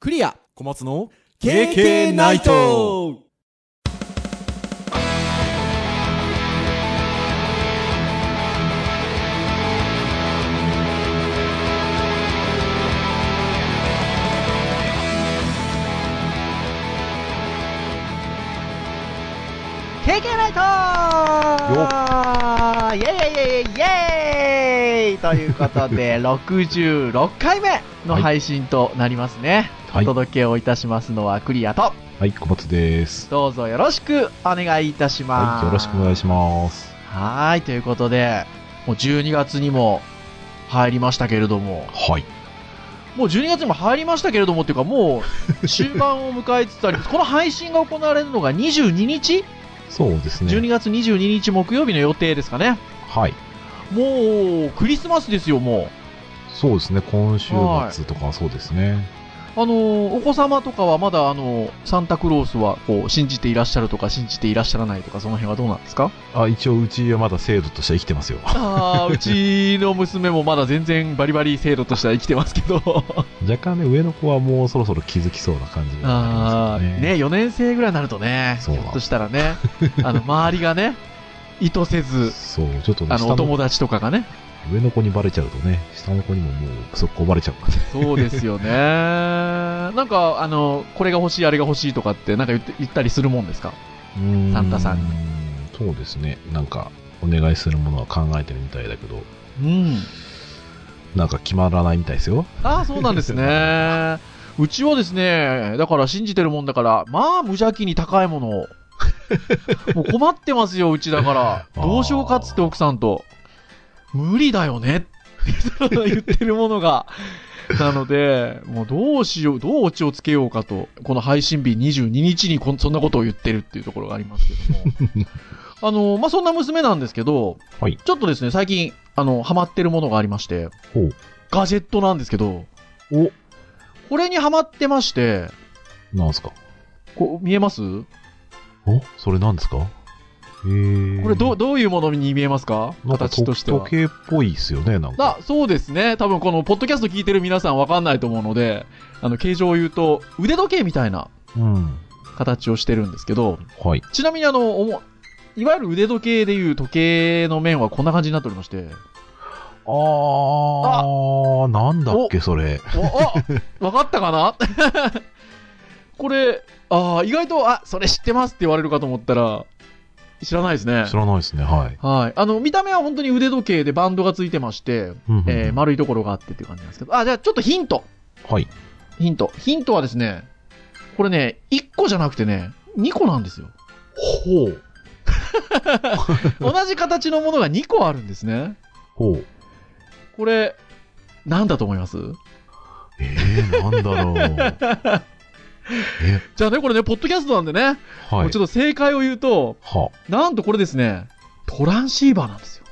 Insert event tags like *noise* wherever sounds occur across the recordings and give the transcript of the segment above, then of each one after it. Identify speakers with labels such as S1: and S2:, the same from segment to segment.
S1: クリア
S2: 小松の
S1: KK ナイト
S3: 「KK ライトー」イェイイェイイェイイェイということ *laughs* で66回目の配信となりますね、
S4: はい
S3: お、届けをいたしますのはクリアと
S4: はい、小松です。
S3: どうぞよろしくお願いいたしま
S4: はい、
S3: す、
S4: よろしくお願いし
S3: ま
S4: ます。
S3: すはーいということでもう12月にも入りましたけれども
S4: はい。
S3: もう12月にも入りましたけれどもっていうかも *laughs* う終盤を迎えつつありますこの配信が行われるのが22日、
S4: そうですね。
S3: 12月22日木曜日の予定ですかね
S4: はい。
S3: もうクリスマスですよ、も
S4: そうですね。今週末とかはそうですね。
S3: う。あのお子様とかはまだあのサンタクロースはこう信じていらっしゃるとか信じていらっしゃらないとかその辺はどうなんですか
S4: あ、一応うちはまだ制度としては生きてます
S3: *laughs*
S4: よ。
S3: ああうちの娘もまだ全然バリバリ制度としては生きてますけど
S4: 若干ね、上の子はもうそろそろ気づきそうな感じが
S3: *laughs* あ
S4: あ
S3: ー
S4: りますよね。
S3: ね4年生ぐらいになるとねひ
S4: そう
S3: ょ
S4: なん
S3: っとしたら *laughs* ねあの周りがね意図せず
S4: そう、ちょっとね、
S3: あ
S4: 下
S3: のお
S4: の
S3: 友達とかがね
S4: 上の子にバレちゃうとね、下の子にももう速攻バレちゃうからね。
S3: そうです *laughs* よねなんかあのこれが欲しいあれが欲しいとかってなんか言って言ったりするもんですか
S4: うー
S3: サンタさんに。
S4: そうですね。なんか、お願いするものは考えてるみたいだけど、
S3: うん
S4: なんか決まらないみたいですよ。
S3: ああ、そうなんです
S4: *laughs*
S3: ね。うちはですね、だから信じてるもんだから、まあ無邪気に高い
S4: *laughs*
S3: ものを。もう困ってますよ、うちだから。
S4: ー
S3: どうしようかっつって奥さんと。無理だ
S4: *laughs*
S3: よねって言ってるものが。なので、もうどうしよう、どうオチをつけようかと、この配信日22日にこんそんなことを言ってるっていうところがありますけど
S4: *laughs*
S3: も。あの、まあ、そんな娘なんですけど、
S4: はい
S3: ちょっとですね、最近、あの、ハマってるものがありまして、
S4: ほう。
S3: ガジェットなんですけど、
S4: お、
S3: これにハマってまして、
S4: なんすか
S3: こう見えます
S4: おそれなんですかえー、
S3: これどう、どういうものに見えますか
S4: なんか
S3: 形としては
S4: 時。計っぽいっすよね、なん
S3: あ
S4: か。、
S3: そうですね。多分この、ポッドキャスト聞いてる皆さんわかんないと思うので、あの、形状を言うと、腕時計みたいな
S4: うん。
S3: 形をしてるんですけど、
S4: はい。
S3: ちなみにあの、おもいわゆる腕時計でいう時計の面はこんな感じになっておりまして、
S4: あー、なんだっけ、それ。 *laughs*
S3: お、お、わかったかな *laughs* これ、ああ、意外と、あ、それ知ってますって言われるかと思ったら、知らないですね。
S4: 知らないですね、はい。
S3: はい。あの、見た目は本当に腕時計でバンドがついてまして、
S4: うんうんうん
S3: えー丸いところがあってっていう感じなんですけど。あ、じゃあちょっとヒント。
S4: はい。
S3: ヒント。ヒントはですね、これね、1個じゃなくてね、2個なんです *laughs* よ。
S4: ほう。
S3: 同じ形のものが2個あるんですね。
S4: ほう。
S3: これ、なんだと思います
S4: えー、なんだ
S3: *laughs*
S4: ろう。え、
S3: じゃあね、これね、ポッドキャストなんでね、
S4: は
S3: も。
S4: いう
S3: ちょっと正解を言うと、
S4: は。
S3: なんとこれですね、トランシーバーなんですよ。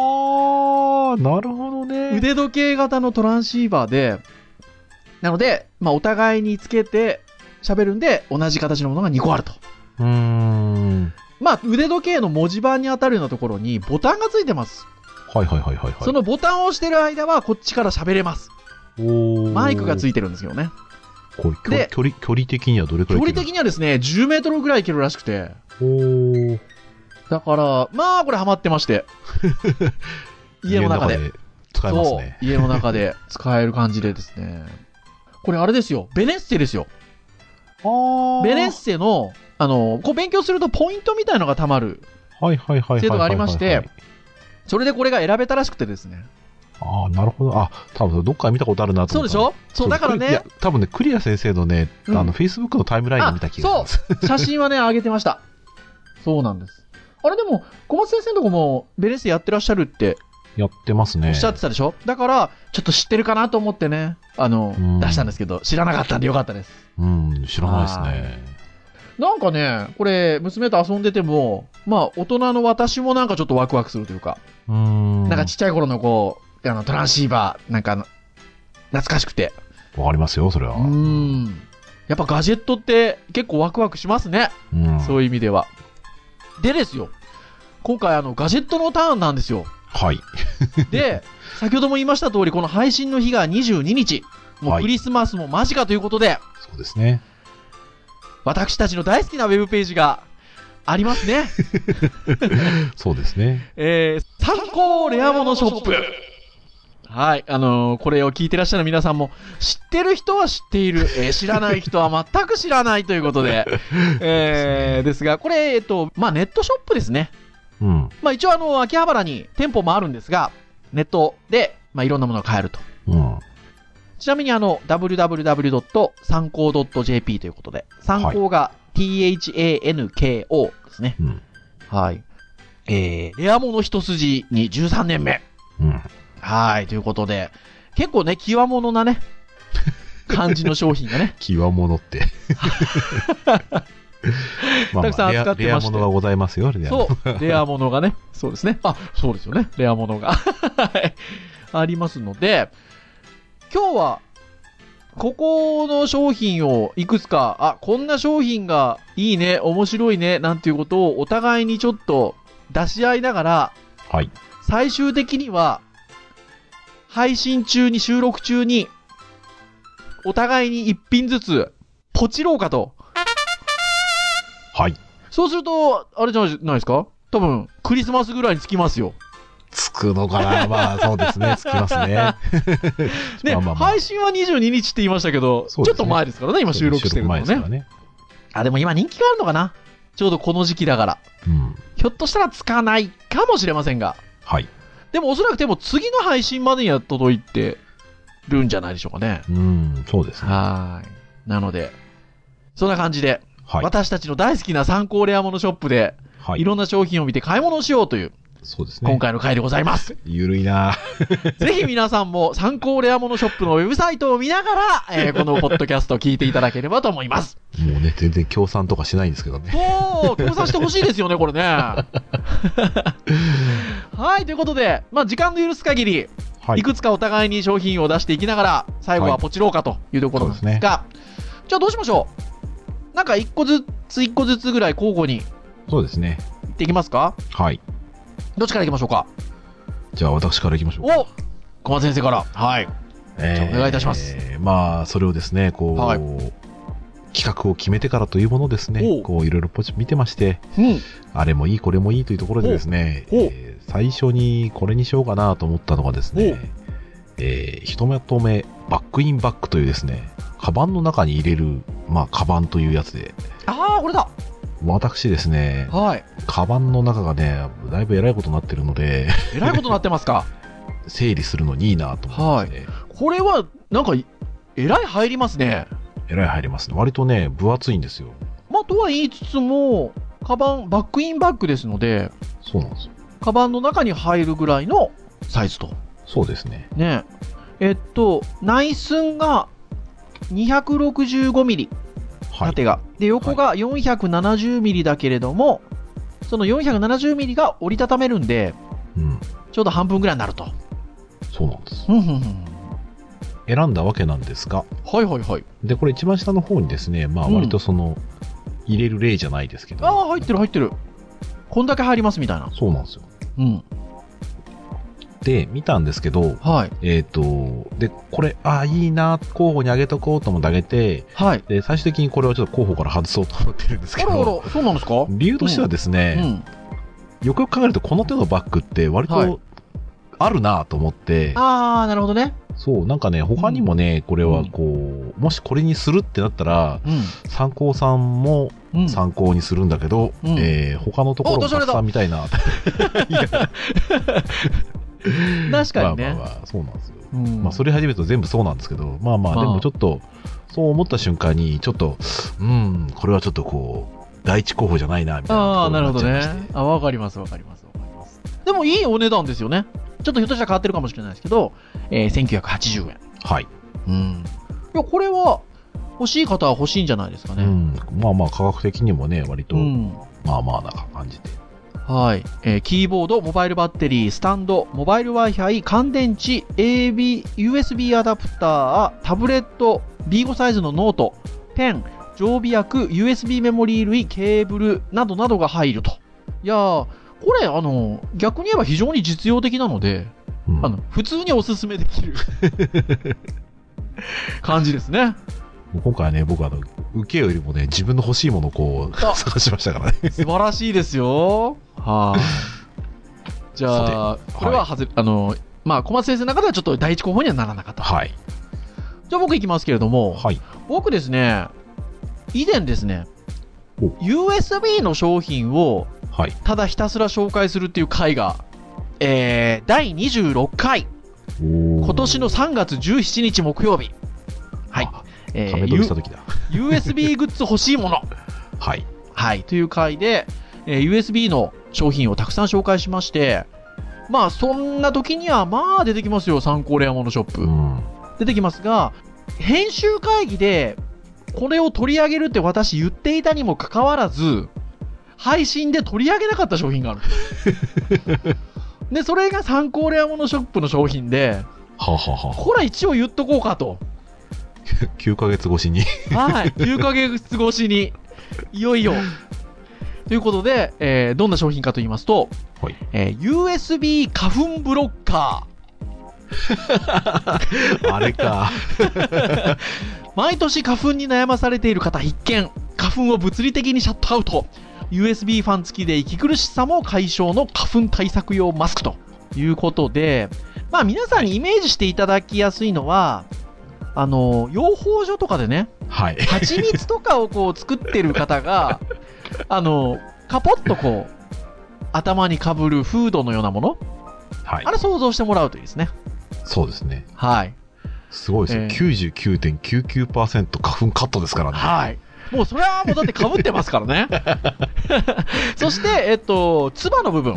S4: あー、なるほどね。
S3: 腕時計型のトランシーバーで、なので、まあ、お互いにつけて喋るんで、同じ形のものが2個あると。
S4: うーん。
S3: まあ、腕時計の文字盤に当たるようなところにボタンがついてます。
S4: はいはいはいはいはい。
S3: そのボタンを押してる間はこっちから喋れます。
S4: おー
S3: マイクがつ
S4: い
S3: いてるんですけどね。
S4: こう
S3: で
S4: 距距離、距離的にはどれく
S3: 距
S4: らい
S3: 離的にはですね、10メートルぐらいいけるらしくて。
S4: おー。
S3: だから、まあ、これハマってまして。
S4: *laughs*
S3: 家の中で。。
S4: 使えますね。
S3: そう、家の中で使える感じでですね。これあれですよ、ベネッセですよ。
S4: あー
S3: ベネッセの、あの、こう勉強するとポイントみたいのが貯まる。
S4: はいはいはいはいはいはいはい。
S3: 制度がありましてそれでこれが選べたらしくてですね。
S4: ああ、なるほど。あ、多分どっかで見たことあるなと
S3: そう
S4: 思
S3: で
S4: った
S3: しょそう、だから
S4: い
S3: ね
S4: や、、多分ね、クリア先生のね、あ
S3: うん
S4: の、Facebook のタイムラインで見た気がします。
S3: 写真はね、上げてました。そうなんです。あれでも、小松先生のとこもベネッセやってらっしゃるって
S4: やってますね。
S3: おっしゃってたでしょ、だから、ちょっと知ってるかなと思ってね、あの、
S4: うん
S3: 出したんですけど、知らなかったんでよかったです。
S4: うん、知らないですね。
S3: なんかね、これ、娘と遊んでても、まあ、大人の私もなんかちょっとワクワクするというか、
S4: うーん。
S3: なんかちっちゃい頃のこう、あの、トランシーバー、なんかあの、懐かしくて。
S4: わかりますよ、それは。
S3: うーん。やっぱガジェットって結構ワクワクしますね。
S4: うん。
S3: そういう意味では。でですよ。今回あの、ガジェットのターンなん
S4: *laughs*
S3: ですよ。
S4: はい。
S3: で、先ほども言いました通り、この配信の日が22日。も
S4: は
S3: う
S4: い
S3: クリスマスも間近ということで、
S4: そうですね。
S3: 私たちの大好きなウェブページがありま
S4: *laughs*
S3: すね。
S4: そうですね。
S3: えー、参考レアモノショップ。はい。あのーこれを聞いてらっしゃる皆さんも、知ってる人は知っている、えー知らない人は全く知らないというこ
S4: *laughs*
S3: とで、えーですが、これ、えっと、まあ、ネットショップですね。
S4: うん。
S3: まあ、一応、あの、秋葉原に店舗もあるんですが、ネットで、まあ、いろんなものが買えると。
S4: うん。
S3: ちなみに、あの、www. 参考 .jp ということで、参考が thanko ですね。
S4: うん。
S3: はい。えー、レアモノ一筋に13年目。
S4: うん。、
S3: はい、ということで、結構ね、際物なね、 *laughs* 感じの商品がね
S4: 極物
S3: *laughs*
S4: って。まあまあ
S3: たくさん扱ってまして
S4: レアレアものがございますよ、レア
S3: そう、レア物がね、そうですね。あ、そうですよね、レア物が。はいありますので、今日は、ここの商品をいくつか、あ、こんな商品がいいね、面白いね、なんていうことをお互いにちょっと出し合いながら、
S4: はい。
S3: 最終的には、配信中に収録中に、お互いに一品ずつ、ポチろうかと。
S4: はい。
S3: そうすると、あれじゃないですか多分、クリスマスぐらいにつきますよ。
S4: つくのかなまあ、そうですね。つきますね。
S3: ね、
S4: まあまあまあ
S3: 配信は22日って言いましたけど、ち
S4: そ
S3: ょ
S4: うです
S3: っ
S4: ね
S3: と前ですからね、今収録してるの
S4: 前
S3: ね
S4: ですからね。
S3: あ、でも今人気があるのかなちょうどこの時期だから。
S4: うん。
S3: ひょっとしたらつかないかもしれませんが。
S4: はい。
S3: でもおそらくでも次の配信までには届いてるんじゃないでしょうかね。
S4: うん、そうですね。
S3: はーい。なので、そんな感じで、
S4: はい。
S3: 私たちの大好きな参考レアモノショップで、、
S4: はいい。
S3: ろんな商品を見て買い物をしようという、
S4: そうですね。
S3: 今。回の回でございます。
S4: *laughs* ゆるいな
S3: ぜひ皆さんも参考レアモノショップのウェブサイトを見ながら、えーこのポッドキャストを聞いていただければと思います。
S4: もうね、全然協賛とかしないんですけどね。
S3: おー、協賛してほしいですよね、これ *laughs* ね。はい、ということで、まあ、時間の許す限り、
S4: はい
S3: い、。くつかお互いに商品を出していきながら、最後はポチろうかというところなんですが、
S4: はい
S3: じゃあどうしましょうなんか一個ずつ一個ずつぐらい交互に
S4: そうですね。
S3: 行っていきますか
S4: はい。
S3: どっちから行きましょうか
S4: じゃあ、私からいきましょうか。
S3: お小松先生から。はい。
S4: え
S3: お願いいたします
S4: えーまあ、それをですね、こう、
S3: はい
S4: 企画を決めてからというものをですね
S3: おう、
S4: こう、いろいろポチ見てまして、
S3: うん。
S4: あれもいい、これもいいというところでですね、
S3: おうおう
S4: えー最初にこれにしようかなと思ったのがです
S3: おう
S4: ね、えーひとまとめ、バックインバッグというですね、カバンの中に入れる、まあ、カバンというやつで、
S3: ああ、これだ。
S4: 私ですね、
S3: はい。
S4: カバンの中がね、だいぶ偉いことになってるので、 *laughs*
S3: えらいことになってますか。
S4: 整理するのにいいなと思って、ね
S3: これは、なんか、えらい入りますね。
S4: えらい入りますね。割とね、分厚いんですよ。
S3: まあ、とは言いつつも、カバン、バックインバッグですので、
S4: そうなんですよ。
S3: カバンの中に入るぐらいのサイズと。
S4: そうですね。
S3: ねえ。えっと、内寸が265ミリ、
S4: はい。
S3: 縦が。で、横が470ミリだけれども、その470ミリが折りたためるんで、
S4: うん。
S3: ちょうど半分ぐらいになると。
S4: そうなんです。
S3: うんうんうん。
S4: 選んだわけなんですが、
S3: はいはいはい。
S4: で、これ一番下の方にですね、まあ
S3: うん
S4: 割とその、入れる例じゃないですけど、
S3: ああ、入ってる入ってる。こんだけ入りますみたいな。
S4: そうなんですよ。
S3: うん。
S4: で、見たんですけど、
S3: はい。
S4: えっ、と、で、これ、ああ、いいな、候補にあげとこうと思ってあげて、
S3: はい。
S4: で、最終的にこれをちょっと候補から外そうと思ってるんです
S3: あ
S4: け
S3: らあ
S4: ど、
S3: *laughs* ら、そうなんですかう
S4: 理由としてはですね、
S3: ん。
S4: よくよく考えると、この手のバッグって割
S3: はい
S4: とあるなと思って、
S3: ああ、なるほどね。
S4: そう、なんかね、他にもね、これはこう、もしこれにするってなったら、
S3: う
S4: 参考さんも
S3: ん。うん。
S4: 参考にするんだけど、
S3: うん
S4: えー他のところ
S3: お
S4: も
S3: 年寄
S4: た
S3: り
S4: く
S3: だ
S4: さんみたいな。
S3: *laughs* 確かに
S4: *laughs* まあまあ
S3: ね。
S4: まあ、そうなんですよ。
S3: うん
S4: まあ、それ始めると全部そうなんですけど、まあまあ、
S3: まあ
S4: でもちょっと、そう思った瞬間に、ちょっと、うん、これはちょっとこう、第一候補じゃないな、みたいなとこ
S3: あ
S4: ろ
S3: あ、
S4: に
S3: なる
S4: な
S3: ほ
S4: っ
S3: ど
S4: ちゃいま
S3: ね
S4: して。。
S3: あ、わかります、わかります、わかります。でもいいお値段ですよね。ちょっとひょっとしたら変わってるかもしれないですけど、えー、1980円。
S4: はい。
S3: うん。いや、これは、欲しい方は欲しいんじゃないですか
S4: う
S3: ね。
S4: ん、まあまあ、科学的にもね、割と、
S3: うん。
S4: まあまあな感じで。
S3: はい、えーキーボード、モバイルバッテリー、スタンド、モバイル Wi-Fi、乾電池、AB、USB アダプター、タブレット、B5 サイズのノート、ペン、常備薬、USB メモリー類、ケーブルなどなどが入ると。いやー、これ、あの、逆に言えば非常に実用的なので、
S4: うん
S3: あの、普通におすすめできる。感じですね。
S4: もう今回はね、僕あの、受けよりもね、自分の欲しいものをこう、
S3: あ
S4: 探しましたからね。
S3: 素晴らしいですよ。はい、じゃあ、これは外れ、あの、まあ、小松先生の中ではちょっと第一候補にはならなかった。
S4: はい。
S3: じゃあ僕行きますけれども、
S4: はい。
S3: 僕ですね、以前ですね
S4: お、
S3: USB の商品を
S4: はい。
S3: ただひたすら紹介するっていう回が、えー、第26回、今
S4: 今
S3: 年の3月17日木曜日、はい
S4: あ
S3: え
S4: 仮
S3: ー
S4: 面取りした時だ。
S3: U- USB グッズ欲しいもの、
S4: はい。
S3: はい、という回で、えー USB の商品をたくさん紹介しまして、まあ、そんな時には、まあ、出てきますよ、参考レアモノショップ。
S4: うん。
S3: 出てきますが、編集会議でこれを取り上げるって私言っていたにもかかわらず、配信で取り上げなかった商品がある。
S4: *laughs*
S3: で、それが参考レアモノショップの商品で、
S4: はあ、はあは
S3: これは一応言っとこうかと。
S4: あ、9ヶ月越し
S3: *laughs*
S4: に。
S3: はい。9ヶ月越しに、いよいよ。ということで、えーどんな商品かと言いますと、
S4: はい
S3: えー USB 花粉ブロッカー。
S4: あれか。
S3: 毎年花粉に悩まされている方必見花粉を物理的にシャットアウト USB ファン付きで息苦しさも解消の花粉対策用マスクということでまあ皆さんにイメージしていただきやすいのはあの養蜂所とかでね
S4: はい。
S3: 蜂蜜とかをこう作ってる
S4: *laughs*
S3: 方があのカポッとこう頭にかぶるフードのようなもの
S4: はい
S3: あ。れ想像してもらうといいですね
S4: そうですね。
S3: はい
S4: すごいですよ。
S3: え
S4: 99.99%花粉カットですからね。
S3: はい。もうそれはもうだって被ってますか
S4: *laughs*
S3: らね。そして、えっと、つばの部分。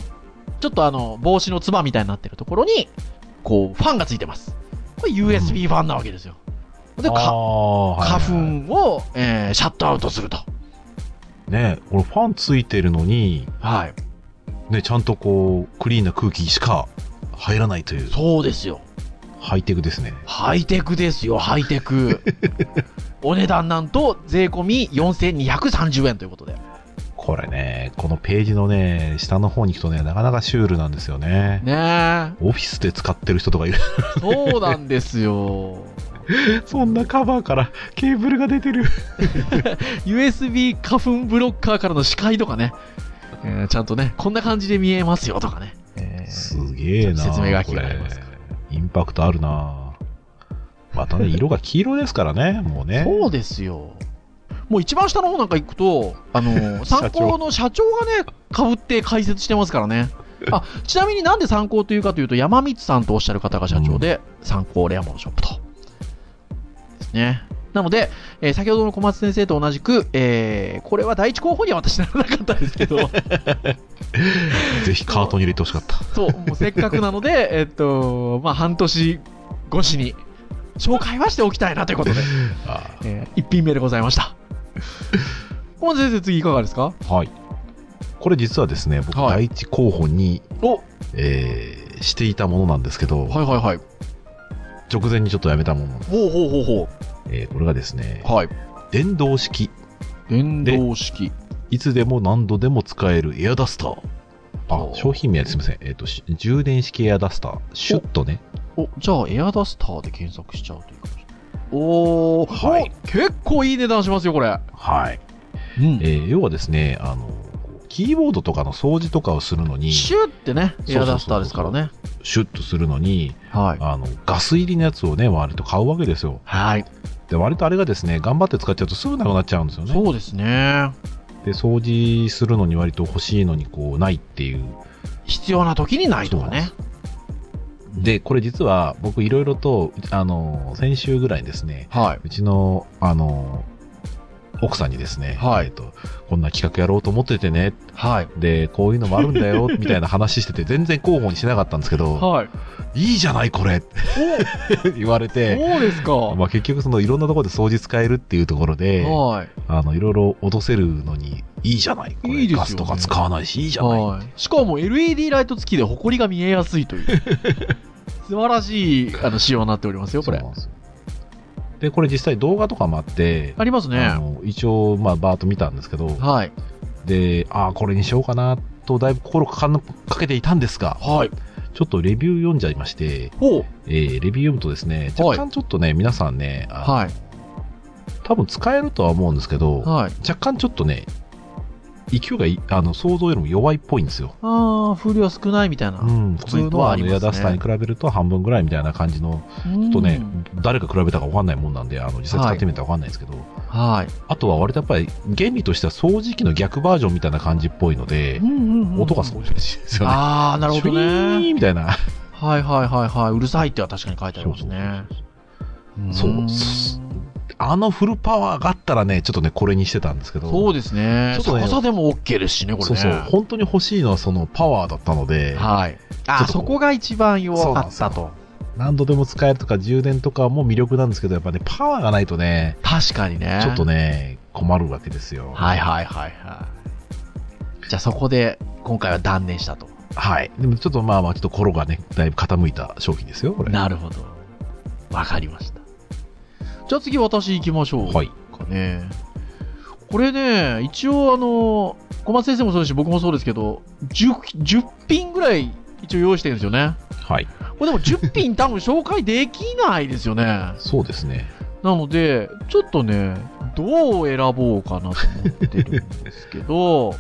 S3: ちょっとあの、帽子のつばみたいになってるところに、こう、ファンがついてます。これ USB ファンなわけですよ。で、
S4: あ
S3: か
S4: あはいはい
S3: 花粉を、えーシャットアウトすると。
S4: ねこれファンついてるのに、
S3: はい。
S4: ね、ちゃんとこう、クリーンな空気しか入らないという、
S3: そうですよ。
S4: ハイテクですね。
S3: ハイテクですよ、ハイテ *laughs* ク。お値段なんと税込み4230円ということで。
S4: これね、このページのね、下の方に行くとね、なかなかシュールなんですよね。
S3: ね
S4: オフィスで使ってる人とかいる。 *laughs*
S3: え。そうなんですよ。
S4: そんなカバーからケーブルが出てる。
S3: USB 花粉ブロッカーからの視界とかね、えーちゃんとね、こんな感じで見えますよとかね。え
S4: す
S3: ー
S4: げえな
S3: 説明書き
S4: こ
S3: があ
S4: れ
S3: りますか。
S4: インパクトあるなま
S3: *laughs*
S4: たね、色が黄色ですからね、もうね。
S3: そうですよ。もう一番下の方なんか行くと、あのー
S4: *laughs* 社長
S3: 参考の社長がね、かぶって解説してますからね。あちなみになんで参考というかというと、山光さんとおっしゃる方が社長で、参考レアモノショップと。ですね。なので、えー先ほどの小松先生と同じく、えーこれは第一候補には私ならなかったですけ
S4: *laughs*
S3: ど、
S4: ぜひカートに入れてほしかった。
S3: そう、もうせっかくなので、えっと、まあ、半年越しに、紹介はしておきたいなということで、
S4: あ
S3: えー、一品目でございま *laughs* した。小松先生、次いかがですか
S4: はい。これ実はですね、僕、
S3: はい
S4: 第一候補に、
S3: おは
S4: えーしていたものなんですけど、
S3: いはいはい。
S4: 直前にちょっとやめたもの、
S3: ほうほうほうほ
S4: えーこれがですね、
S3: う。はい。
S4: 電動式、
S3: 電動式。
S4: いつでも何度でも使えるエアダスター。あ
S3: お、
S4: 商品名はすみません。えっ、と、し充電式エアダスター。シュッとね。
S3: お、じゃあ、エアダスターで検索しちゃうという感じ。おー、
S4: はい
S3: お結構いい値段しますよ、これ。
S4: はい。
S3: うん
S4: えー要はですね、あの、こうキーボードとかの掃除とかをするのに、シ
S3: シュってね、
S4: そうそうそうそう
S3: エアダスターですからね。
S4: ュッとするのに、
S3: はい。
S4: あの、ガス入りのやつをね、割と買うわけですよ。
S3: はい。
S4: で、割とあれがですね、頑張って使っちゃうとすぐなくなっちゃうんですよね。
S3: そうですね。
S4: で掃除するのに割と欲しいのにこうないっていう
S3: 必要な時にないとかね。
S4: でこれ実は僕いろいろとあの先週ぐらいですね
S3: はいう
S4: ちのあの奥さんにですね、
S3: はい
S4: えーとこんな企画やろうと思っててね
S3: はい。
S4: でこういうのもあるんだよみたいな話してて全然候補にしなかったんですけ
S3: *laughs*
S4: ど
S3: はい。
S4: いいじゃないこれって *laughs* 言われて、
S3: そうですか。
S4: まあ、結局そのいろんなところで掃除使えるっていうところで
S3: は
S4: あのいろいろ脅せるのにいいじゃないこれ
S3: いいですよね
S4: ガスとか使わないしいい
S3: い。
S4: じゃない
S3: はい。しかも LED ライト付きで埃が見えやすい
S4: *laughs*
S3: という。素晴らしいあの仕様になっておりますよ、これ
S4: そう。なんですよで、これ実際動画とかもあって、
S3: あります
S4: あ
S3: ね。
S4: の一応、まあ、バーッと見たんですけど、
S3: はい。
S4: で、ああ、これにしようかなと、だいぶ心かかんかけていたんですが、
S3: はい。
S4: ちょっちょっとレビュー読んじゃいまして、
S3: ほう。
S4: えーレビュー読むとですね、
S3: はい
S4: 若干ちょっとね、皆さんね、あの
S3: はい。
S4: 多分使えるとは思うんですけど、
S3: はい。
S4: 若干ちょっとね、勢いがいあの想像よりも弱いっぽいんですよ。
S3: ああ、風量少ないみたいな。
S4: う
S3: ち
S4: ん、普通
S3: コメント
S4: の
S3: はあ
S4: あ
S3: り
S4: の
S3: ます
S4: エ
S3: ね
S4: アダスターに比べると半分ぐらいみたいな感じの、ちょっとね、誰が比べたか分かんないもんなんで、あの実際使ってみたら分かんないですけど、
S3: はい。
S4: あとは割とやっぱり原理としては掃除機の逆バージョンみたいな感じっぽいので、音がすごいらしいですよね。
S3: ああ、なるほど
S4: シュイ
S3: ね。
S4: ーンみたいな。
S3: はいはいはいはい。うるさいっては確かに書いてありますね。
S4: そう
S3: ーん
S4: そあのフルパワーがあったらね、ちょっとね、これにしてたんですけど。
S3: そうですね。
S4: ちょっとね
S3: 逆さでも OK ですしね、これ
S4: そう
S3: ね。
S4: そう。本当に欲しいのはそのパワーだったので、
S3: はい。あ、
S4: ちょっとこう
S3: そこが一番弱かっ
S4: そうな
S3: た
S4: んです
S3: と。
S4: 何度でも使えるとか充電とかも魅力なんですけど、やっぱね、パワーがないとね、
S3: 確かにね。
S4: ちょっと。ね、困るわけですよ。
S3: はいはいはいはい。じゃあそこで、今回は断念したと。
S4: はい。でもちょっとまあまあ、ちょっと心がね、だいぶ傾いた商品ですよ、これ。
S3: なるほど。わかりました。じゃあ次私行きましょう。
S4: はい。
S3: かね。これね、一応あの、小松先生もそうですし、僕もそうですけど、10, 10品ぐらい一応用意してるんですよね。
S4: はい。
S3: これでも10品多分紹介できないですよね。な
S4: そうですね。
S3: ので、ちょっとね、どう選ぼうかなと思ってるんですけど、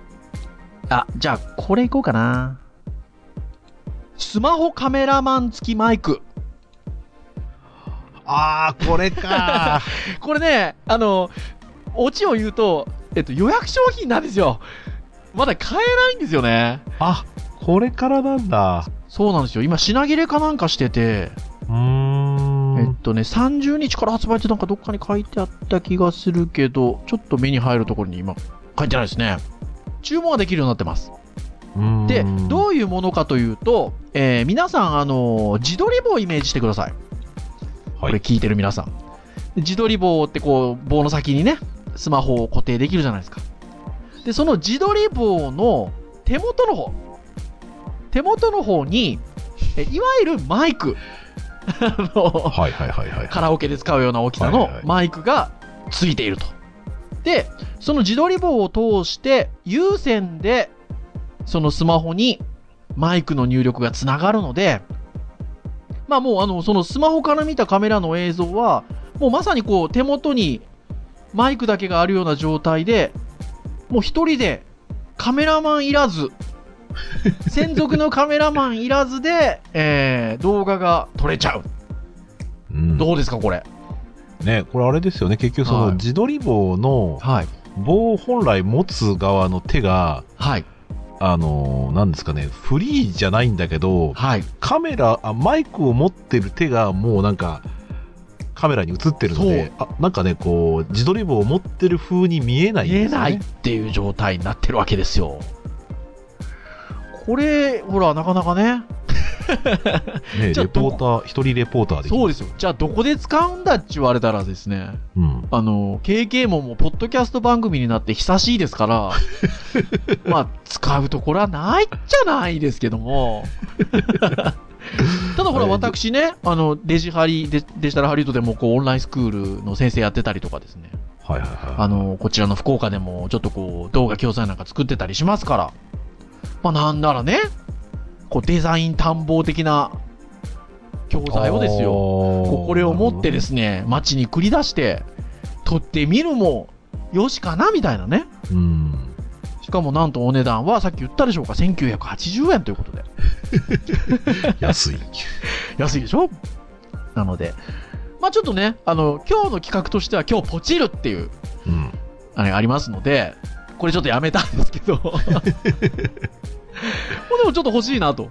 S3: *laughs* あ、じゃあこれいこうかな。スマホカメラマン付きマイク。
S4: あー、これか
S3: これね、あの、オチを言うと、えっと、予約商品なんですよ。まだ買えないんですよね。
S4: *laughs* あ、これからなんだ。
S3: そうなんですよ。今、品切れかなんかしてて、
S4: うーん。
S3: えっとね、30日から発売ってなんかどっかに書いてあった気がするけど、ちょっと目に入るところに今、書いてないですね。注文はできるようになってます。
S4: うーん
S3: で、どういうものかというと、えー皆さん、あのー自撮り棒をイメージしてください。これ聞いてる皆さん。自撮り棒ってこう、棒の先にね、スマホを固定できるじゃないですか。で、その自撮り棒の手元の方。手元の方に、えいわゆるマイク。 *laughs* あの、
S4: はいはいはいはい。
S3: カラオケで使うような大きさの
S4: はいはい
S3: マイクがついていると。で、その自撮り棒を通して、有線で、そのスマホにマイクの入力がつながるので、まあもうあの、そのスマホから見たカメラの映像は、もうまさにこう手元にマイクだけがあるような状態で、もう一人でカメラマンい
S4: *laughs*
S3: らず、専属のカメラマンいらずで、えー動画が撮れちゃう。
S4: うん
S3: どうですか、これ。
S4: ね、これあれですよね。結局そ
S3: はい
S4: の自撮り棒の
S3: はい。
S4: 棒を本来持つ側の手が、
S3: はい。
S4: あのー、なんですかね、フリーじゃないんだけど、
S3: はい。
S4: カメラあマイクを持ってる手がもうなんかカメラに映ってるのであなんかねこう自撮り棒を持ってる風に見えないん
S3: 見
S4: で
S3: え
S4: すよね、
S3: ないっていう状態になってるわけですよ。これ、ほら、なかなか
S4: ね
S3: ね。じゃあ
S4: レポーター一人レポーターできる
S3: そうですよ。じゃあ、どこで使うんだって言われたらですね、
S4: うん、
S3: あの、KK ももう、ポッドキャスト番組になって久しいです *laughs* から、まあ、使うところはないじゃないですけど *laughs* も。ただほら、
S4: あれ
S3: 私ね、あの、デジハリ、デデジタルハリウッドでも、こう、オンラインスクールの先生やってたりとかですね。
S4: はいはいは
S3: あの、こちらの福岡でも、ちょっとこう、動画教材なんか作ってたりしますから、まあ、なんならね、こう、デザイン探訪的な教
S4: い
S3: 材をですよ、ここれを持ってですすね、街に繰り出して、撮ってみるも、よしかな、みたいなね。
S4: うん
S3: しかもなんとお値段は、さっき言ったでしょうか、1980円ということで。
S4: 安い *laughs*
S3: 安いでしょなので、まあちょっとね、あの、今日の企画としては、今日ポチるっていう
S4: うん
S3: あれありますので、これちょっとやめたんですけ
S4: *laughs*
S3: ど、 *laughs* もうでもちょっと欲しいなと。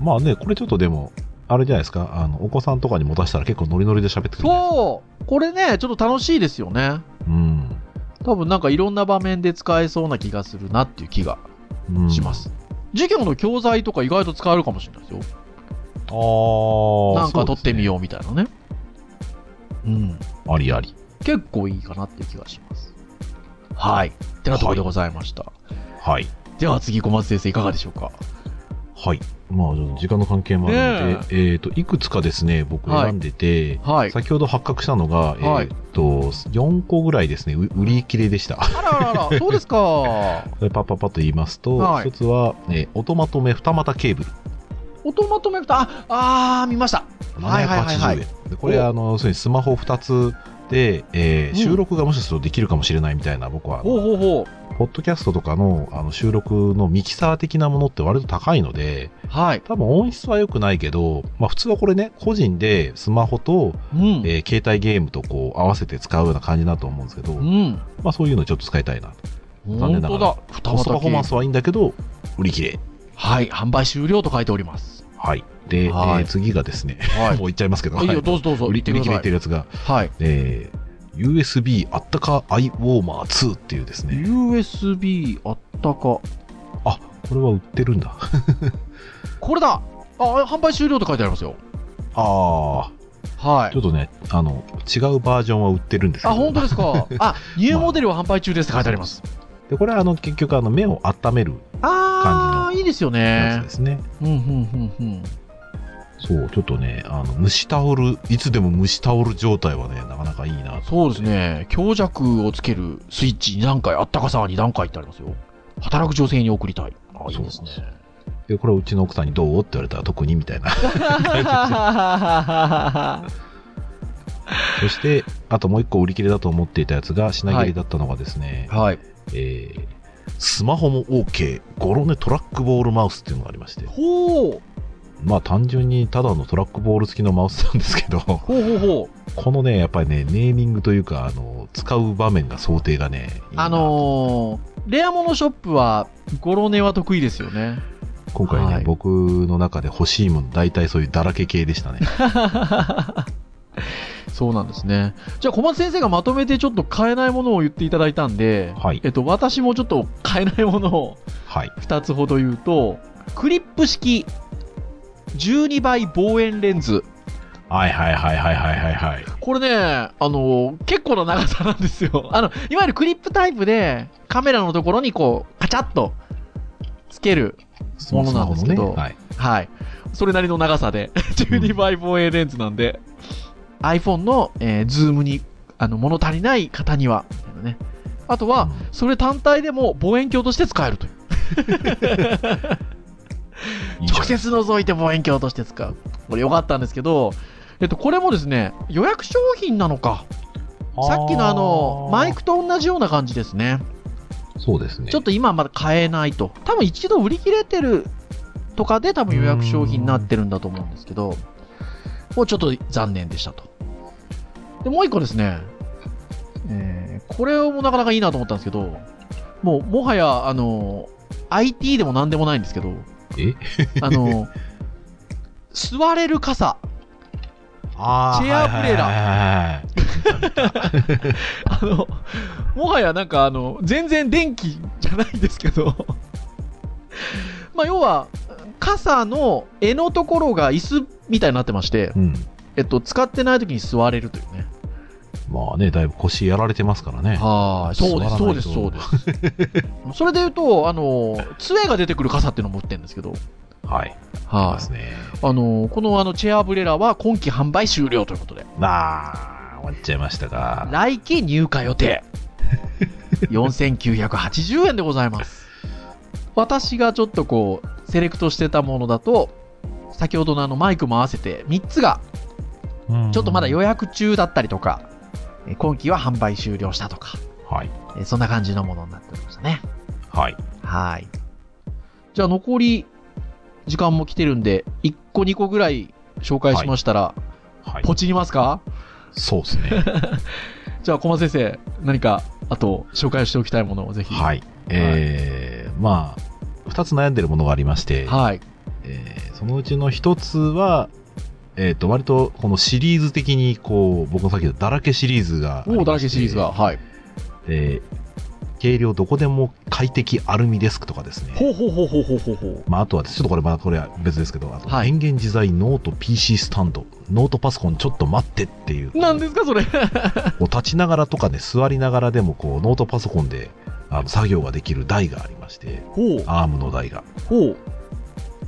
S4: まあねこれちょっとでもあれじゃないですかあのお子さんとかに持たせたら結構ノリノリで喋ってくるね
S3: そうこれね、ちょっと楽しいですよね。
S4: うん
S3: 多分なんかいろんな場面で使えそうな気がするなっていう気が
S4: うん
S3: します。授業の教材とか意外と使えるかもしれないですよ。
S4: あー
S3: なんか撮ってみ
S4: う
S3: ようみたいなね。うん。
S4: ですねありあり
S3: 結構いいかなっていう気がします。はい。ってなところでございました。
S4: はい
S3: では次、小松先生いかがでしょうか
S4: はい。まあ、ちょっと時間の関係もあるので、えっ、と、いくつかですね、僕
S3: はい
S4: 選んでて、
S3: はい。
S4: 先ほど発覚したのが、
S3: はい
S4: えっ、と、4個ぐらいですね、う売り切れでした。 *laughs*
S3: あらあらあら、そうですか。は
S4: パッパッパッと言いますと、
S3: はい
S4: 一つは、えー、音まとめ二股ケーブル。
S3: 音まとめると、あ、あー見ました。はいはいはい
S4: 780
S3: は
S4: 円
S3: い。
S4: でこれ
S3: お
S4: あの要するにスマホ2つで、えー
S3: うん
S4: 収録がもしかするとできるかもしれないみたいな僕はあの
S3: ほうほうほ
S4: ポッドキャストとかのあの収録のミキサー的なものって割と高いので
S3: う。はい。
S4: 多分音質は良くないけど、まあ、普通はこれね個人でスマホと、
S3: うん。
S4: えー携帯ゲームとこう合わせて使うような感じだと思うんですけど、ま
S3: うん。
S4: あ、そういうのちょっと使いたいな残
S3: 本
S4: 念な
S3: 当
S4: がら
S3: だ。二
S4: コストパ
S3: 股
S4: フォーマン
S3: 系。
S4: スはいいんだけど売り切れ
S3: はい。販売終了と書いております。
S4: はいで、
S3: はい
S4: えー次がですね、
S3: は
S4: *laughs* もう言っちゃいますけど、
S3: い。いい
S4: は
S3: よ、
S4: い
S3: どうぞどうぞ。
S4: 売り
S3: 言って
S4: 売
S3: く
S4: り
S3: だ
S4: 切れ
S3: さ
S4: て
S3: い。
S4: るやつが
S3: はい。
S4: えー USB あったかアイウォーマー2っていうですね。
S3: USB あっ
S4: あ、
S3: たか。
S4: これは売ってるんだ。あ
S3: これだあ、販売終了と書いてありますよ。
S4: あ
S3: は
S4: ー、ちょっ
S3: い。
S4: とね、あの、違うバージョンは売ってるんですけど。
S3: あ、本当ですか。あ、ニューモデルは販売中ですって書いてあります。
S4: で、これはあの、結局あの、目を温める
S3: あ
S4: 感
S3: ー、いいですよ
S4: やつ
S3: ね
S4: で。すね。
S3: うん、うん、うん、うん。
S4: そう、ちょっとね、あの、蒸しタオル、いつでも蒸しタオル状態はね、なかなかいいなと。
S3: そうですね。強弱をつけるスイッチ2段階、あったかさは2段階ってありますよ。働く女性に送りたい。あ、いいですね。
S4: で、これはうちの奥さんにどうって言われたら特にみたいな。 *laughs*
S3: *laughs*
S4: そして、あともう一個売り切れだと思っていたやつが品切れだったのがですね、
S3: はい。
S4: えースマホも OK、ゴロネトラックボールマウスっていうのがありまして。
S3: ほう。
S4: まあ単純にただのトラックボール付きのマウスなんですけど、 *laughs* こ
S3: ほうほうほう。
S4: のね、やっぱりね、ネーミングというか、あの、使う場面が想定がね、いいな
S3: あのー、レアモノショップは、ゴロネは得意ですよね。
S4: 今回ね、
S3: はい
S4: 僕の中で欲しいもの、大体そういうだらけ系で
S3: *laughs*
S4: したね。
S3: そうなんですね。じゃあ、小松先生がまとめてちょっと買えないものを言っていただいたんで、
S4: はい
S3: え。っと、私もちょっと買えないものを *laughs*
S4: はい。
S3: 2つほど言うと、クリップ式12倍望遠レンズ。
S4: はいはいはいはいはいはいはい。
S3: これね、あの、結構な長さなんですよ。 *laughs* あの、いわゆるクリップタイプで、カメラのところにこう、カチャッと、つける。
S4: スマホ
S3: ものなんですけど
S4: はい。
S3: はい。それなりの長さで、12倍 *laughs* 防衛レンズなんで、iPhone の、えーズームに、あの、物足りない方には、みたいなね。あと
S4: う
S3: は、それ単体でも望遠鏡として使えるという。
S4: んいいじゃな
S3: 直
S4: い
S3: 接覗いて望遠鏡として使う。これ良かったんですけど、えっと、これもですね、予約商品なのか。さっきのあの、マイ。クと同じような感じですね。
S4: あーそうですね。
S3: ちょっと今まだ買えないと。多分一度売り切れてるとかで多分予約商品になってるんだと思うんですけど、もうちょっと残念でしたと。で、もう一個ですね、えーこれもなかなかいいなと思ったんですけど、もうもはや、あの、IT でも何でもないんですけど、
S4: え *laughs*
S3: あの、座れる傘。
S4: あ
S3: チェアブレラ
S4: ラ。
S3: あの、もはやなんかあの、全然電気じゃないんですけど、まあ要は、傘の柄のところが椅子みたいになってまして、
S4: うん。
S3: えっと、使ってない時に座れるというね。
S4: まあね、だいぶ腰やられてますからね。
S3: はいそうです、
S4: 座
S3: そ
S4: ら
S3: う
S4: な
S3: で
S4: いと
S3: す、そうです。それで言うと、あの、杖が出てくる傘っていうのも売ってるんですけど、
S4: はい。そう
S3: は
S4: です
S3: い。
S4: ね。
S3: あの、このあの、チェアブレラは今期販売終了ということで、
S4: なあ、終わっちゃいましたか。
S3: 来期入荷
S4: *laughs*
S3: 予定4980円でございます私がちょっとこうセレクトしてたものだと先ほどのあのマイクも合わせて3つがちょっとまだ予約中だったりとか、えー今期は販売終了したとか、
S4: はい。
S3: えーそんな感じのものになっておりましたね
S4: はい。
S3: はいじゃあ残り時間も来てるんで1個2個ぐらい紹介しましたら、
S4: はい。
S3: ポチりますか
S4: そうですね。
S3: *laughs* じゃあ小松先生何かあと紹介しておきたいものをぜひ
S4: はい。えー、まあ、二つ悩んでるものがありまして、
S3: はい
S4: えーそのうちの一つは、えっ、と、割とこのシリーズ的に、こう、僕のさっきのだらけシリーズがありまして。
S3: おだらけシリーズが。。はい。
S4: えー軽量どこでも快適アルミデスクとかですね。
S3: うほうほうほうほうほうほう。
S4: まあ、あとは、ちょっとこれ、まあ、これは別ですけど、あと、
S3: はい
S4: 変幻自在ノート PC スタンド、ノートパソコンちょっと待ってっていう。
S3: なんですか、それ。
S4: こう立ちながらとかね、座りながらでも、こう、ノートパソコンで、あの、作業ができる台がありまして、
S3: ほう、
S4: アームの台が。
S3: ほう。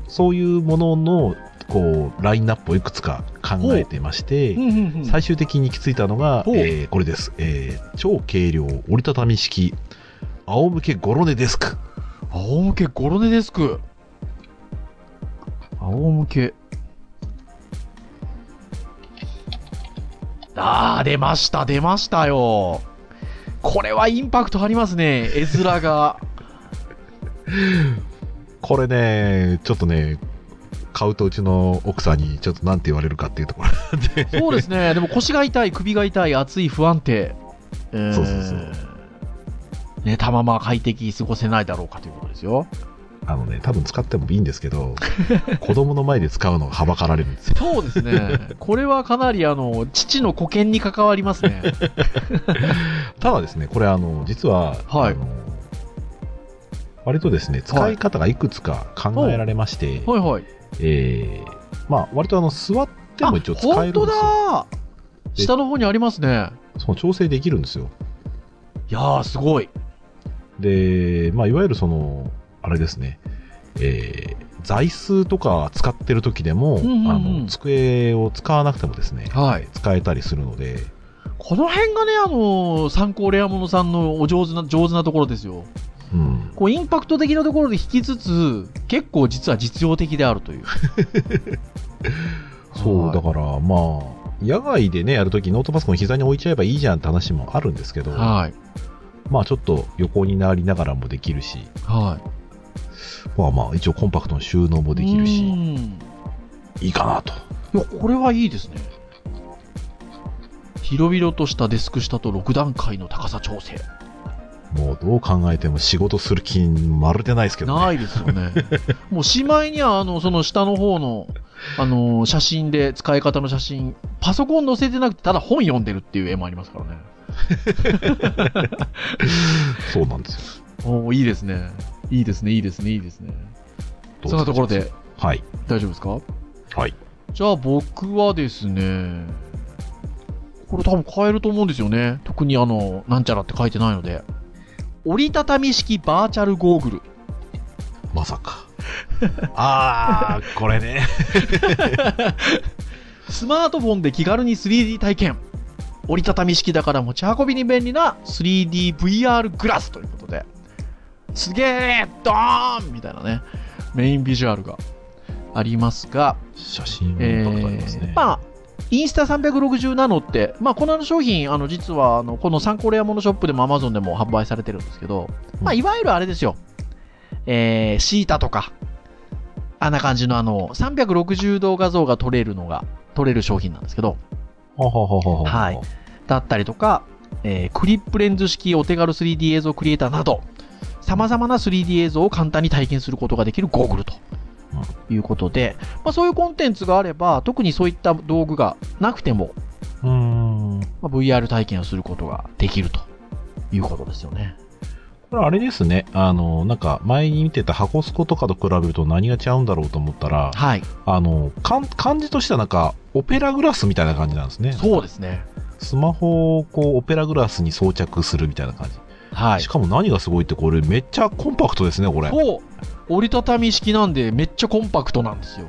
S4: そういうものの、こう、ラインナップをいくつか考えてまして、最終的に行き着いたのが、
S3: ほう
S4: えーこれです。えー超軽量折りたたみ式、仰向けゴロネデスク。
S3: 仰向けゴロネデスク。
S4: あ
S3: 仰向け。あー、出ました、出ましたよ。これはインパクトありますね、絵面が。
S4: これね、ちょっとね、買うとうちの奥さんにちょっとなんて言われるかっていうところ。 *laughs*
S3: そうですね、でも腰が痛い、首が痛い、熱い、不安定。えー
S4: そうそうそう。
S3: ね、たまま快適に過ごせないだろうかということですよ。
S4: あのね、多分使ってもいいんですけ
S3: *laughs*
S4: ど、子供の前で使うのがはばかられるんですよ。
S3: そうで
S4: *laughs*
S3: すね。これはかなり、あの、父の保険に関わります
S4: *laughs*
S3: ね。
S4: ただですね、これあの、実は、
S3: はい
S4: あの割とですね、使い方がいくつか考えられまして、
S3: はいはい。
S4: えーまあ、割とあの、座っても一応使えるんですよ。
S3: あ本当だ下の方にありますね。
S4: その調整できるんですよ。
S3: いやー、すごい。
S4: で、まあ、いわゆるその、あれですね、えー座椅子とか使ってる時でも、
S3: んうんうん
S4: あの机を使わなくてもですね、
S3: はい。
S4: 使えたりするので、
S3: この辺がね、あのー参考レアモノさんのお上手な、上手なところですよ。
S4: うん、
S3: こう、インパクト的なところで引きつつ、結構実は実用的であるという。
S4: そう、
S3: はい
S4: だからまあ、野外でね、やるときノートパソコン膝に置いちゃえばいいじゃんって話もあるんですけど、
S3: はい。
S4: まあちょっと横になりながらもできるし、
S3: はい。
S4: まあまあ一応コンパクトの収納もできる
S3: うー
S4: し、
S3: ん
S4: いいかなと。
S3: いや、これはいいですね。広々としたデスク下と6段階の高さ調整。
S4: もうどう考えても仕事する気まるでないですけどね。
S3: ないですよ *laughs* ね。もうしまいには、あの、その下の方の、あの、写真で、使い方の写真、パソコン載せてなくて、ただ本読んでるっていう絵もありますからね。
S4: そうなんです
S3: おーいいですね。いいですね、いいですね、いいですね。
S4: よ。
S3: そんなところで。
S4: はい。
S3: 大丈夫ですか
S4: はい。
S3: じゃあ僕はですね、これ多分変えると思うんですよね。特にあの、なんちゃらって書いてないので。折りたたみ式バーチャルゴーグル。
S4: まさか。 *laughs* あー、これね。
S3: スマートフォンで気軽に 3D 体験。折りたたみ式だから持ち運びに便利な 3DVR グラスということで。すげえドーンみたいなね、メインビジュアルがありますが、
S4: 写真
S3: え
S4: 撮ってありますね
S3: ー。まあ、インスタ360なのって、まあ、この商品、あの実はあのこの参考レアモノショップでも Amazon でも販売されてるんですけど、まあ、
S4: うん
S3: いわゆるあれですよ、えー、シータとか、あんな感じのあの360度画像が撮れるのが、撮れる商品なんですけど、
S4: ははははは
S3: はいだったりとか、えークリップレンズ式お手軽 3D 映像クリエイターなど、様々な 3D 映像を簡単に体験することができるゴーグルということで、まあ、そういうコンテンツがあれば、特にそういった道具がなくても、
S4: うーん。
S3: まあ VR 体験をすることができるということですよね。
S4: これあれですね。あの、なんか前に見てた箱スコとかと比べると何が違うんだろうと思ったら、
S3: はい。
S4: あの、かん感じとしてはなんかオペラグラスみたいな感じなんですね。
S3: そうですね。
S4: スマホをこうオペラグラスに装着するみたいな感じ。
S3: はい
S4: し。かも何がすごいってこれめっちゃコンパクトですね、これ。
S3: そう折りたたみ式なんでめっちゃコンパクトなんですよ。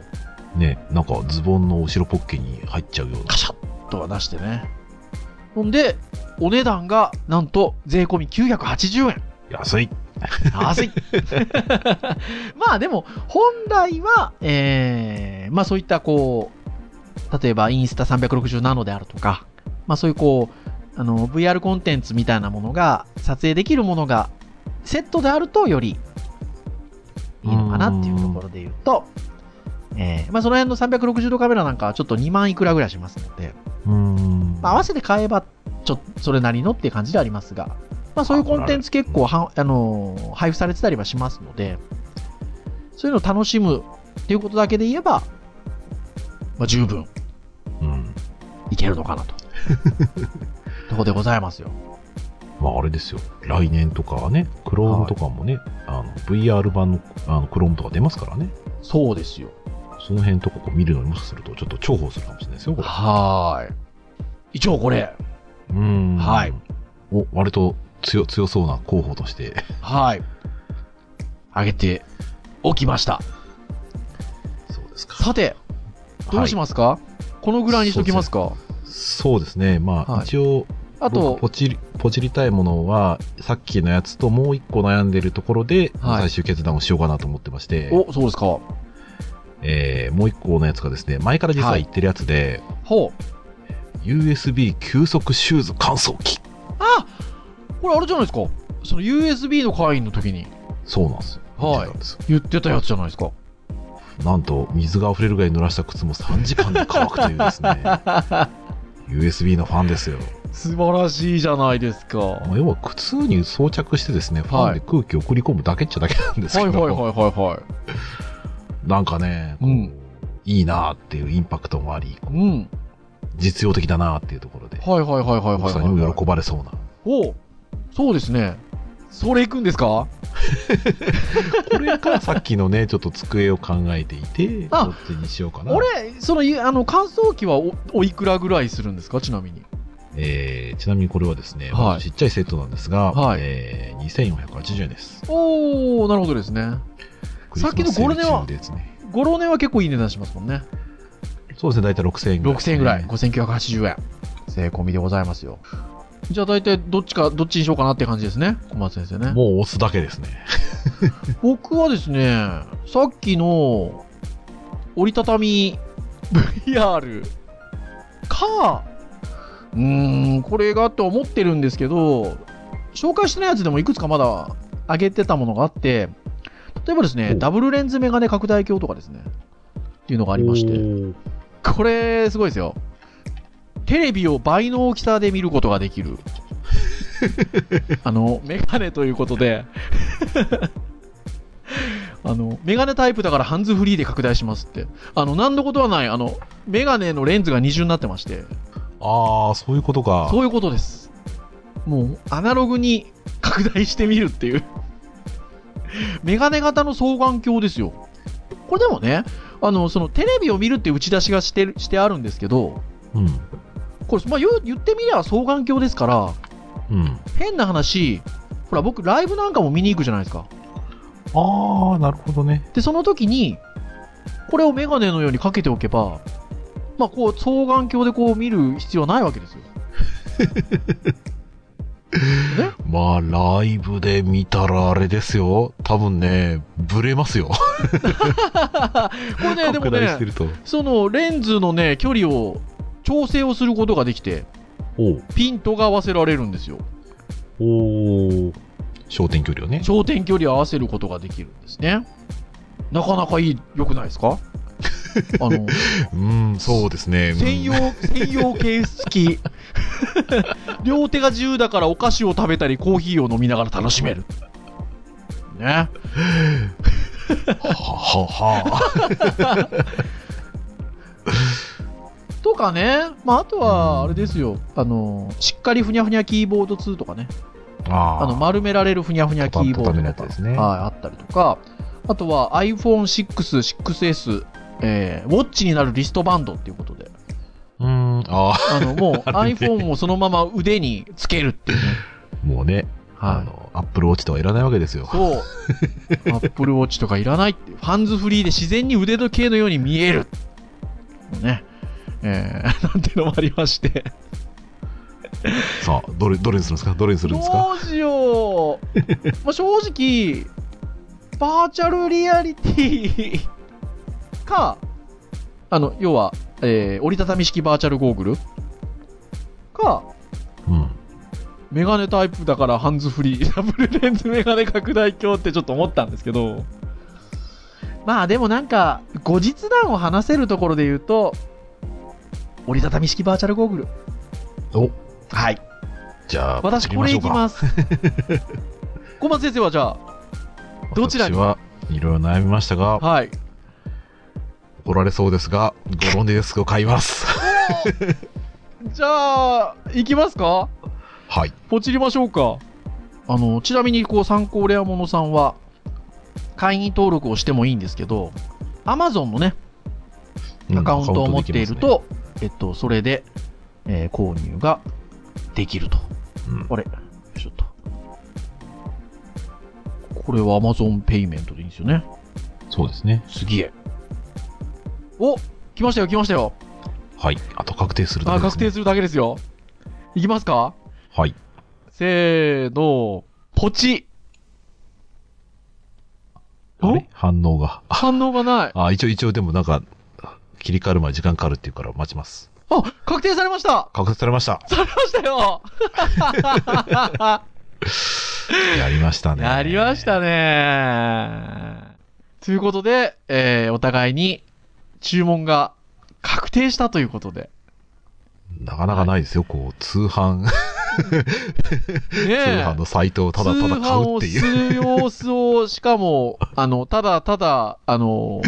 S4: ね、なんかズボンの後ろポッケに入っちゃうような
S3: カ。シャッとは出してね。ほんで、お値段がなんと税込み980円。
S4: 安い。
S3: 安い *laughs* まあでも本来は、えーまあそういったこう例えばインスタ360なのであるとか、まあ、そういうこうあの VR コンテンツみたいなものが撮影できるものがセットであるとよりいいのかなっていうところで言うとえーまあ、その辺の360度カメラなんかはちょっと2万いくらぐらいしますので、
S4: うーん。
S3: まあ、合わせて買えばちょっとそれなりのっていう感じでありますが、まあ、そういうコンテンツ結構はあのー配布されてたりはしますのでそういうのを楽しむっていうことだけで言えば、まあ、十分
S4: うん。
S3: いけるのか *laughs* なととこでございますよ
S4: まああれですよ。来年とかはね、クロームとかもね、あの VR 版のあのクロームとか出ますからね。
S3: そうですよ
S4: その辺とかこう見るのにもしかするとちょっと重宝するかもしれないですよ、これ。
S3: はーい一応これ
S4: うーん。
S3: はい。
S4: お、割と強強そうな候補として。
S3: はい上げておきました
S4: そうですか
S3: さてどうしますか、このぐらいにしときますか
S4: そうですね。まあ、
S3: はい
S4: 一応、
S3: あと
S4: 僕ポチり、ポチりたいものは、さっきのやつともう一個悩んでるところで、
S3: はい
S4: 最終決断をしようかなと思ってまして、
S3: おそうですか
S4: えーもう一個のやつがですね、前から実は言ってるやつで、
S3: ほう。
S4: USB 急速シューズ乾燥機。
S3: あこれあれじゃないですか。その USB の会員の時に
S4: そうなんですよ。
S3: は
S4: 言
S3: い
S4: ってたんですよ
S3: 言ってたやつじゃないですか。
S4: なんと、水が溢れるぐらい濡らした靴も3時間で乾くというです
S3: *laughs*
S4: ね、USB のファンですよ。
S3: 素晴らしいじゃないですか。は
S4: まあ要は、靴に装着してですね、ファンで空気を送り込むだけっちゃだけなんです
S3: い
S4: け
S3: はい
S4: ど、
S3: はいはいは
S4: なんかね、こう
S3: うん
S4: いいなーっていうインパクトもあり、
S3: い。うん。
S4: 実用的だなーっていうところで、
S3: はいはいはいはい
S4: 奥
S3: はい、
S4: さ
S3: は
S4: んにも
S3: い。
S4: 喜ばれそうな。
S3: おそうですね。それ行くんですか
S4: これからさっきのね、 *laughs* ちょっと机を考えていて、
S3: あ
S4: どっちにしようかな。
S3: 俺、その、いあの、乾燥機はおおいくらぐらいするんですかちなみに。
S4: えーちなみにこれはですね、
S3: はい
S4: まあちっちゃいセットなんですが、
S3: はい
S4: えー2480円です。
S3: おー、なるほどですね。
S4: クリスマス
S3: さっきのゴールデンは
S4: セール中ですね
S3: ゴロネは結構いい値段しますもんね。
S4: そうですね、大体6000円ぐらい、
S3: 6000円ぐらい、。5980円。税込みでございますよ。じゃあ大体どっちか、どっちにしようかなって感じですね。小松先生ね。
S4: もう押すだけですね。
S3: 僕はですね、さっきの折りたたみ VR か、うーん、これがと思ってるんですけど、紹介してないやつでもいくつかまだ上げてたものがあって、例えばですね、
S4: お
S3: ダブルレンズメガネ拡大鏡とかですね、っていうのがありまして。これ、すごいですよ。テレビを倍の大きさで見ることができる。あの、メガネということで、 *laughs* あの、メガネタイプだからハンズフリーで拡大しますって。あの、なんのことはない。あの、メガネのレンズが二重になってまして、
S4: ああ、そういうことか。
S3: そういうことです。もう、アナログに拡大してみるっていう。 *laughs* メガネ型の双眼鏡ですよ。これでもね、あの、その、テレビを見るっていう打ち出しがしてるしてあるんですけど、
S4: うん。
S3: これ、まあ、言う言ってみりゃ双眼鏡ですから
S4: うん。
S3: 変な話ほら僕ライブなんかも見に行くじゃないですか
S4: ああ、なるほどね。
S3: でその時にこれをメガネのようにかけておけば、まあ、こう双眼鏡でこう見る必要はないわけですよ
S4: まあ、ライブで見たらあれですよ。多分ね、ブレますよ。
S3: これねで
S4: *laughs*
S3: も
S4: 拡大して
S3: ね
S4: ると。
S3: そのレンズのね距離を調整をすることができて
S4: おう
S3: ピントが合わせられるんですよ
S4: おう焦点距離をね。
S3: 焦点距離を合わせることができるんですねなかなかいい良くないで
S4: *laughs*
S3: すかあの
S4: うん、そうですね。うん
S3: 専用、専用ケース
S4: *laughs*
S3: 付き。両手が自由だからお菓子を食べたりコーヒーを飲みながら楽しめる。ね。
S4: ははは。
S3: とかね。まあ、あと
S4: うん
S3: は、あれですよ。あの、しっかりふにゃふにゃキーボード2とかね。
S4: あ
S3: *laughs* あの、丸められるふにゃふにゃキーボード
S4: 畳めるや
S3: と
S4: つ
S3: か。
S4: ですね
S3: はい、あったりとか。あとは iPhone6、6S、えーウォッチになるリストバンドっていうことで。
S4: うん、ああ、
S3: あの、もう
S4: *laughs* あれね
S3: iPhone をそのまま腕につけるっていうね。
S4: もうね、
S3: はい
S4: あの、アップルウォッチとはいらないわけですよ。
S3: *laughs* そう。アップルウォッチとかいらないっていう。ハンズフリーで自然に腕時計のように見える。もうね。えー、 *laughs* なんていうのもありまして。
S4: さあ、どれ、どれにするんですかどれにするん
S3: ど
S4: ですか
S3: うしよう。 *laughs* まあ、正直、バーチャルリアリティか、あの、要は、えー折りたたみ式バーチャルゴーグルか、
S4: うん。
S3: メガネタイプだからハンズフリー、ダ *laughs* ブルレンズメガネ拡大鏡ってちょっと思ったんですけど、まあでもなんか、後日談を話せるところで言うと、折りたたみ式バーチャルゴーグル。
S4: お、
S3: はい。
S4: じゃあ、
S3: 私これいき
S4: す。
S3: ます。 *laughs* 小松先生はじゃあ、どちらに
S4: 私はいろいろ悩みましたが、
S3: はい。
S4: 怒られそうですが、ゴロンデスクを買います。
S3: *laughs* じゃあ、いきますか
S4: はい。
S3: ポチりましょうか。あの、ちなみに、こう、参考レアものさんは、会員登録をしてもいいんですけど、Amazon のね、アカウントを持っていると、えっと、それで、えー購入ができると。
S4: うん、
S3: あれよいしょっと。これは Amazon ペイメントでいいんですよね。
S4: そうですね。
S3: すげえ。お来ましたよ、来ましたよ。
S4: はい。あと確定するだ
S3: あ、
S4: けで
S3: 確
S4: す、ね。
S3: 定するだけですよ。いきますか
S4: はい。
S3: せーの、ポチ
S4: あれ反応が。
S3: 反応がない。
S4: あ、一応一応でもなんか、切り替わるまで時間かかるっていうから待ちます。
S3: あ、確定されました
S4: 確定されました。
S3: されました *laughs* よ
S4: やりましたね。
S3: *laughs* やりましたね。ということで、えーお互いに注文が確定したということで。
S4: なかなかないですよ、こう、通販、
S3: ね
S4: 通
S3: え
S4: 販のサイトをただただ買うっていう。
S3: 通販をする様子を、しかも、あの、ただただ、
S4: *laughs*
S3: あの、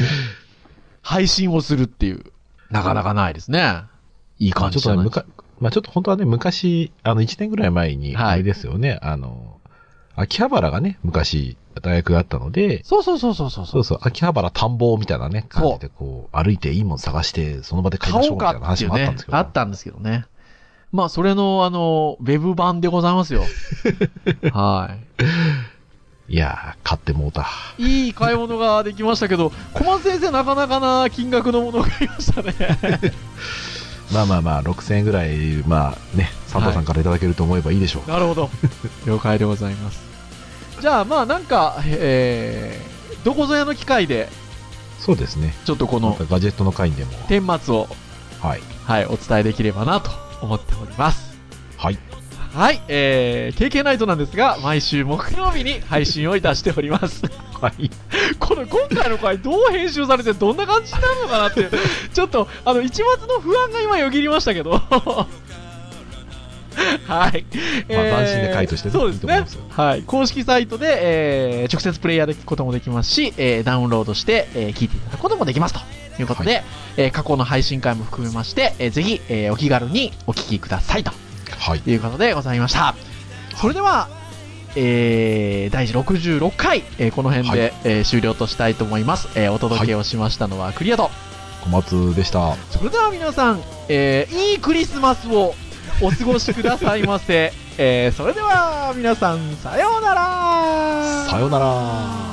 S3: 配信をするっていう。なかなかないですね。いい感
S4: ちょ
S3: じ
S4: っ
S3: じゃ
S4: と
S3: な
S4: ね、
S3: い
S4: むかまあちょっと本当はね、昔、あの、1年ぐらい前に、
S3: はい
S4: あれですよね、あの、秋葉原がね、昔、大学があったので、
S3: そうそうそうそうそう。
S4: そうそう、秋葉原田んぼみたいなね、感
S3: そう
S4: じでこう、歩いていいもん探して、その場で買いま
S3: 買
S4: しょ
S3: お
S4: うみ
S3: う
S4: た
S3: か
S4: いな
S3: って
S4: 話
S3: いう
S4: もあったん
S3: ね
S4: です。けど、
S3: あったんですけどね。まあ、それの、あの、ウェブ版でござい
S4: *laughs*
S3: ますよ。はい。
S4: いやー、買ってもうた。
S3: いい買い物ができましたけど、小松先生、なかなかな金額のものを買いましたね。
S4: まあまあまあ、6000円ぐらい、まあね、サンタさんからいただけると思えばいいでしょう。
S3: *laughs* なるほど。了解でございます。じゃあ、まあ、なんか、えー、どこぞやの機会で、
S4: そうですね。
S3: ちょっとこ
S4: ま
S3: の
S4: たガジェットの回にでも、
S3: 顛末を、
S4: はい。
S3: はい、お伝えできればなと思っております。
S4: はい。
S3: はい、えー、KK ナイトなんですが、毎週木曜日に配信をいたしております。
S4: はい。
S3: この今回の回どう編集されてどんな感じになるのかなってちょっとあの一抹の不安が今よぎりましたけど *laughs* はい、
S4: まあ斬新な回としてね
S3: そうです
S4: いいと思い
S3: ね
S4: ますよ
S3: はい、公式サイトで、えー直接プレイヤーで聞くこともできますし、えーダウンロードして、えー聞いていただくこともできますということで、えー過去の配信回も含めまして、えーぜひ、えーお気軽にお聞きくださいと
S4: はい。
S3: ということでございました。それでは、えー、第66回、えーこの辺で、
S4: は
S3: えー終了としたいと思います。えーお届け
S4: は
S3: をしましたのはクリアと。
S4: 小松でした。
S3: それでは皆さん、えーいいクリスマスをお過ごしください *laughs* ませ。えーそれでは皆さん、さようなら
S4: さようなら。